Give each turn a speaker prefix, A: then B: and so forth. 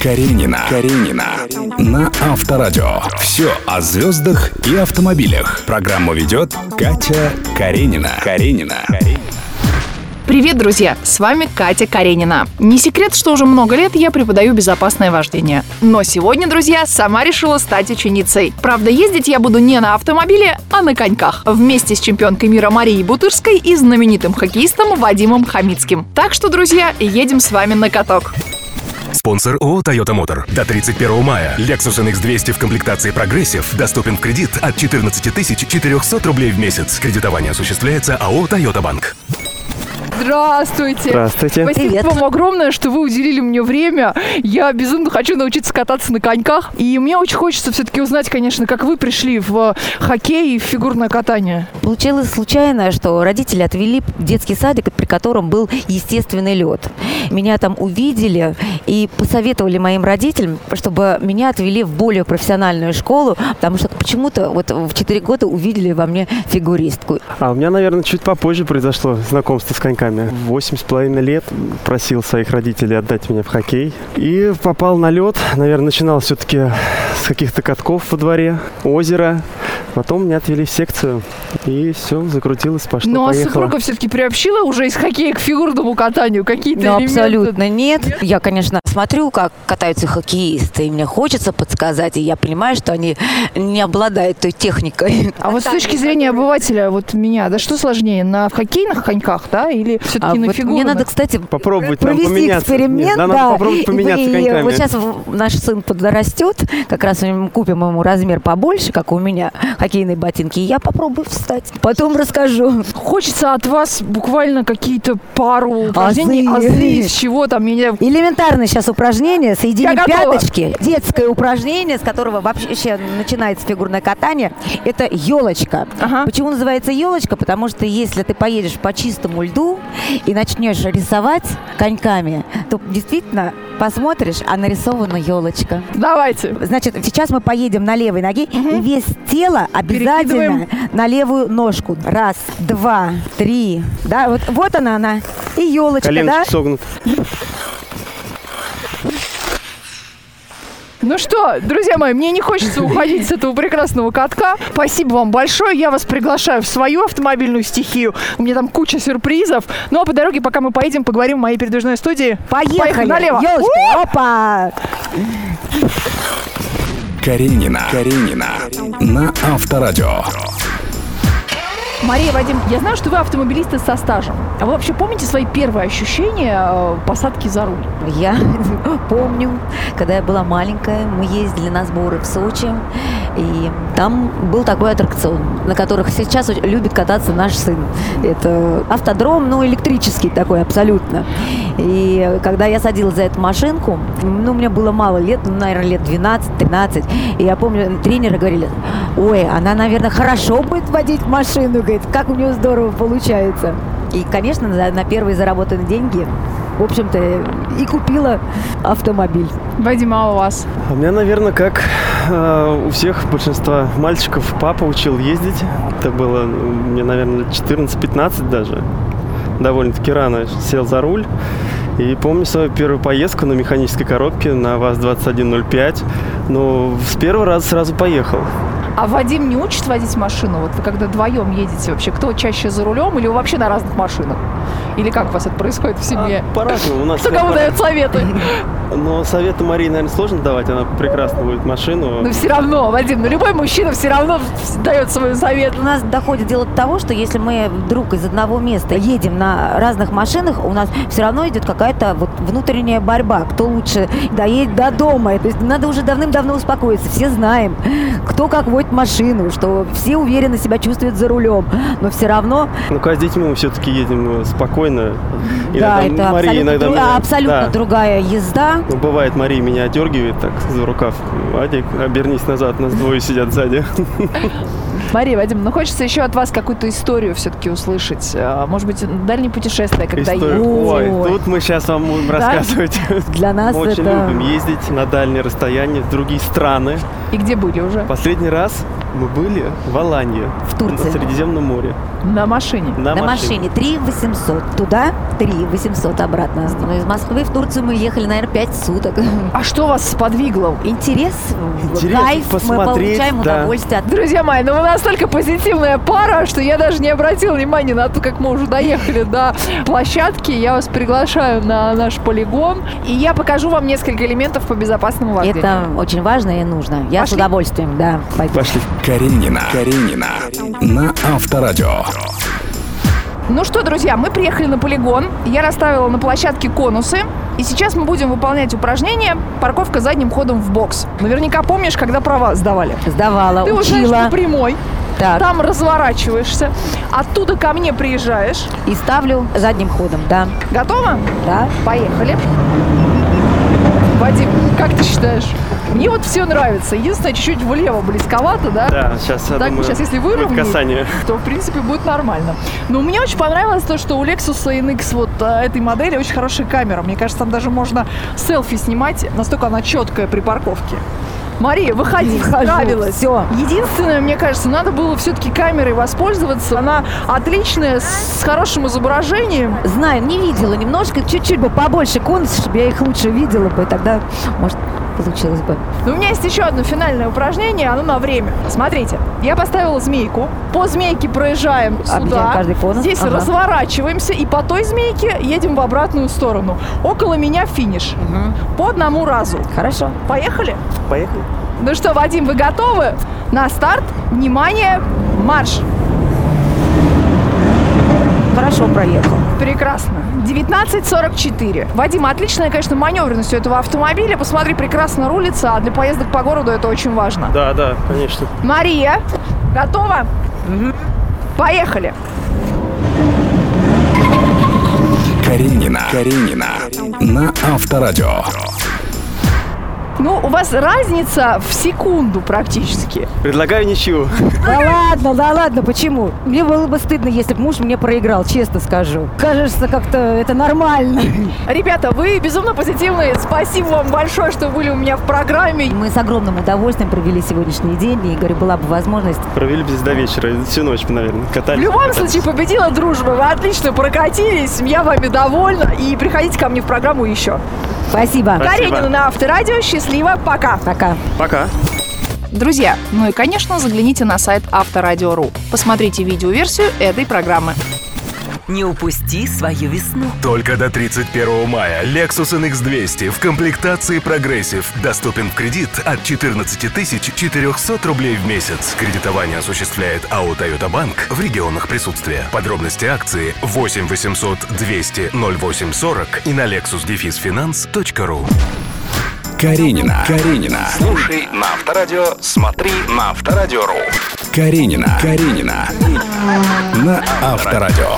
A: Каренина. Каренина. На Авторадио. Все о звездах и автомобилях. Программу ведет Катя Каренина. Каренина.
B: Привет, друзья! С вами Катя Каренина. Не секрет, что уже много лет я преподаю безопасное вождение. Но сегодня, друзья, сама решила стать ученицей. Правда, ездить я буду не на автомобиле, а на коньках. Вместе с чемпионкой мира Марией Бутырской и знаменитым хоккеистом Вадимом Хамицким. Так что, друзья, едем с вами на каток.
C: Спонсор ООО «Тойота Мотор». До 31 мая Lexus NX200 в комплектации «Прогрессив» доступен в кредит от 14 400 рублей в месяц. Кредитование осуществляется АО «Тойота Банк».
B: Здравствуйте!
D: Здравствуйте.
B: Спасибо
E: Привет.
B: вам огромное, что вы уделили мне время. Я безумно хочу научиться кататься на коньках. И мне очень хочется все-таки узнать, конечно, как вы пришли в э, хоккей и в фигурное катание.
E: Получилось случайно, что родители отвели в детский садик, при котором был естественный лед. Меня там увидели и посоветовали моим родителям, чтобы меня отвели в более профессиональную школу, потому что почему-то вот в 4 года увидели во мне фигуристку.
D: А у меня, наверное, чуть попозже произошло знакомство с коньками. Восемь с половиной лет просил своих родителей отдать меня в хоккей. И попал на лед. Наверное, начинал все-таки с каких-то катков во дворе, озера. Потом меня отвели в секцию. И все, закрутилось, пошло,
B: Ну, а
D: поехало.
B: супруга все-таки приобщила уже из хоккея к фигурному катанию какие-то
E: Ну,
B: элементы?
E: абсолютно нет. Я, конечно, смотрю, как катаются хоккеисты, и мне хочется подсказать, и я понимаю, что они не обладают той техникой.
B: А вот с точки зрения обывателя, вот меня, да что сложнее, на хоккейных коньках, да, или
E: А
B: все-таки на
E: вот мне
B: фигурных?
E: надо, кстати,
D: Попробовать нам
E: провести
D: поменяться.
E: эксперимент,
D: Нет, да, надо
E: да.
D: попробовать
E: И
D: поменяться
E: вы-
D: коньками.
E: Вот сейчас в- наш сын подрастет, как раз мы купим ему размер побольше, как у меня, хоккейные ботинки, и я попробую встать. Потом расскажу.
B: Хочется от вас буквально какие-то пару упражнений, азы,
E: Азы.
B: из А чего там, я не знаю,
E: Элементарное сейчас упражнение, соедини
B: Я готова.
E: пяточки. Детское упражнение, с которого вообще начинается фигурное катание, это елочка.
B: Ага.
E: Почему называется елочка? Потому что если ты поедешь по чистому льду и начнешь рисовать коньками, то действительно посмотришь, а нарисована елочка.
B: давайте.
E: Значит, сейчас мы поедем на левой ноге и весь тело обязательно на левую ножку. Раз, два, три. Да, вот, вот она, она. И елочка,
D: Коленочки
E: да?
D: согнут.
B: Ну что, друзья мои, мне не хочется уходить с этого прекрасного катка. Спасибо вам большое. Я вас приглашаю в свою автомобильную стихию. У меня там куча сюрпризов. Ну а по дороге, пока мы поедем, поговорим в моей передвижной студии.
E: Поехали.
B: налево.
E: Елочка, опа!
A: Каренина. Каренина. На Авторадио.
B: Мария Вадим, я знаю, что вы автомобилисты со стажем. А вы вообще помните свои первые ощущения э, посадки за руль?
E: Я помню, когда я была маленькая, мы ездили на сборы в Сочи, и там был такой аттракцион, на которых сейчас очень любит кататься наш сын. Это автодром, но электрический такой абсолютно. И когда я садилась за эту машинку, ну, мне было мало лет, ну, наверное, лет 12-13, и я помню, тренеры говорили, ой, она, наверное, хорошо будет водить машину, говорит, как у нее здорово получается. И, конечно, на, на первые заработанные деньги, в общем-то, и купила автомобиль.
B: Вадим, а у вас?
D: А У меня, наверное, как э, у всех большинства мальчиков, папа учил ездить. Это было э, мне, наверное, 14-15 даже. Довольно-таки рано сел за руль. И помню свою первую поездку на механической коробке на ВАЗ-2105. Ну, с первого раза сразу поехал.
B: А Вадим не учит водить машину? Вот вы когда вдвоем едете вообще, кто чаще за рулем или вы вообще на разных машинах? Или как у вас это происходит в семье?
D: А, по-разному. У нас
B: Кто
D: всё
B: кому
D: по-разному.
B: дает советы?
D: Но советы Марии, наверное, сложно давать. Она прекрасно будет
E: Ну,
D: машину.
B: Но все равно, Вадим, ну любой мужчина все равно дает свой совет.
E: У нас доходит дело до того, что если мы вдруг из одного места едем на разных машинах, у нас все равно идет какая-то вот внутренняя борьба, кто лучше доедет до дома. То есть надо уже давным-давно успокоиться. Все знаем, кто как водит машину, что все уверенно себя чувствуют за рулем, но все равно
D: Ну, когда с детьми мы все-таки едем э, спокойно.
E: да, это
D: Мария,
E: абсолютно,
D: иногда
E: дру-
D: меня-
E: абсолютно
D: Да.
E: другая езда.
D: Ну, бывает, Мария меня отдергивает так за рукав. Адик, обернись назад, нас двое сидят сзади.
B: Мария Вадим, ну хочется еще от вас какую-то историю все-таки услышать. А, Может быть, дальние путешествия, когда
D: Историю.
B: ездите.
D: Ой,
E: Ой.
D: тут мы сейчас вам будем
B: Да?
D: рассказывать.
E: Для нас
D: Мы очень
E: это-
D: любим ездить на дальние расстояния, в другие страны.
B: И где были уже?
D: Последний раз мы были в Аланье. В
E: Турции.
D: На Средиземном море.
B: На машине.
D: На,
E: На машине 3 800 туда, 3 800 обратно. Но из Москвы в Турцию мы ехали, наверное, 5 суток.
B: А что вас сподвигло?
E: Интерес,
D: Интерес
E: кайф, мы
D: посмотреть,
E: получаем
D: да.
E: удовольствие от
B: Друзья мои, ну вы настолько позитивная пара, что я даже не обратила внимания на то, как мы уже доехали до площадки. Я вас приглашаю на наш полигон, и я покажу вам несколько элементов по безопасному вождению.
E: Это очень важно и нужно. Я
B: Пошли.
E: с удовольствием, да, пойду.
D: Пошли.
A: Каренина. Каренина. На Авторадио.
B: Ну что, друзья, мы приехали на полигон. Я расставила на площадке конусы. И сейчас мы будем выполнять упражнение «Парковка задним ходом в бокс». Наверняка помнишь, когда права сдавали.
E: Сдавала,
B: Ты уже знаешь,
E: учила.
B: что прямой.
E: Так.
B: Там разворачиваешься. Оттуда ко мне приезжаешь.
E: И ставлю задним ходом, да.
B: Готова?
E: Да.
B: Поехали. Вадим, как ты считаешь? Мне вот все нравится. Единственное, чуть-чуть влево близковато, да?
D: Да, сейчас, я
B: Так,
D: думаю,
B: сейчас, если
D: будет
B: выровняем,
D: касание.
B: то, в принципе, будет нормально. Но мне очень понравилось то, что у Lexus NX вот э, этой модели очень хорошая камера. Мне кажется, там даже можно селфи снимать, настолько она четкая при парковке. Мария, выходи,
E: Выхожу,
B: нравилось.
E: всё.
B: Единственное, мне кажется, надо было все-таки камерой воспользоваться. Она отличная, с хорошим изображением.
E: Знаю, не видела немножко, чуть-чуть бы побольше конус, чтобы я их лучше видела бы, тогда, может, получилось бы.
B: Но у меня есть еще одно финальное упражнение, оно на время. Смотрите, я поставила змейку. По змейке проезжаем сюда.
E: Объезжаем каждый конус.
B: Здесь
E: Ага.
B: разворачиваемся и по той змейке едем в обратную сторону. Около меня финиш. По одному разу.
E: Хорошо.
B: Поехали?
D: Поехали.
B: Ну что, Вадим, вы готовы? На старт, внимание, марш!
E: Хорошо проехал.
B: Прекрасно. 19.44. Вадим, отличная, конечно, маневренность у этого автомобиля. Посмотри, прекрасно рулится, а для поездок по городу это очень важно.
D: Да, да, конечно.
B: Мария, готова? Поехали.
A: Каренина. Каренина. На Авторадио.
B: Ну, у вас разница в секунду практически.
D: Предлагаю ничью.
E: Да ладно, да ладно, почему? Мне было бы стыдно, если бы муж мне проиграл, честно скажу. Кажется, как-то это нормально.
B: Ребята, вы безумно позитивные. Спасибо вам большое, что были у меня в программе.
E: Мы с огромным удовольствием провели сегодняшний день, и, говорю, была бы возможность.
D: Провели бы здесь до вечера, всю ночь, наверное,
B: В
D: катались.
B: любом случае победила дружба. Вы отлично прокатились. Я вами довольна. И приходите ко мне в программу еще.
E: Спасибо.
B: Каренина на Авторадио. Счастливо. Пока.
E: Пока.
D: Пока.
B: Друзья, ну и, конечно, загляните на сайт Авторадио.ру. Посмотрите видеоверсию этой программы.
F: Не упусти свою весну.
C: Только до 31 мая Lexus NX200 в комплектации «Прогрессив» доступен в кредит от 14 400 рублей в месяц. Кредитование осуществляет АО «Тойота Банк» в регионах присутствия. Подробности акции 8 800 200 0840 и на lexusdefisfinance.ru.
A: Каренина. Каренина.
G: Слушай на Авторадио, смотри на Авторадио.ру.
A: Каренина. Каренина. На Авторадио.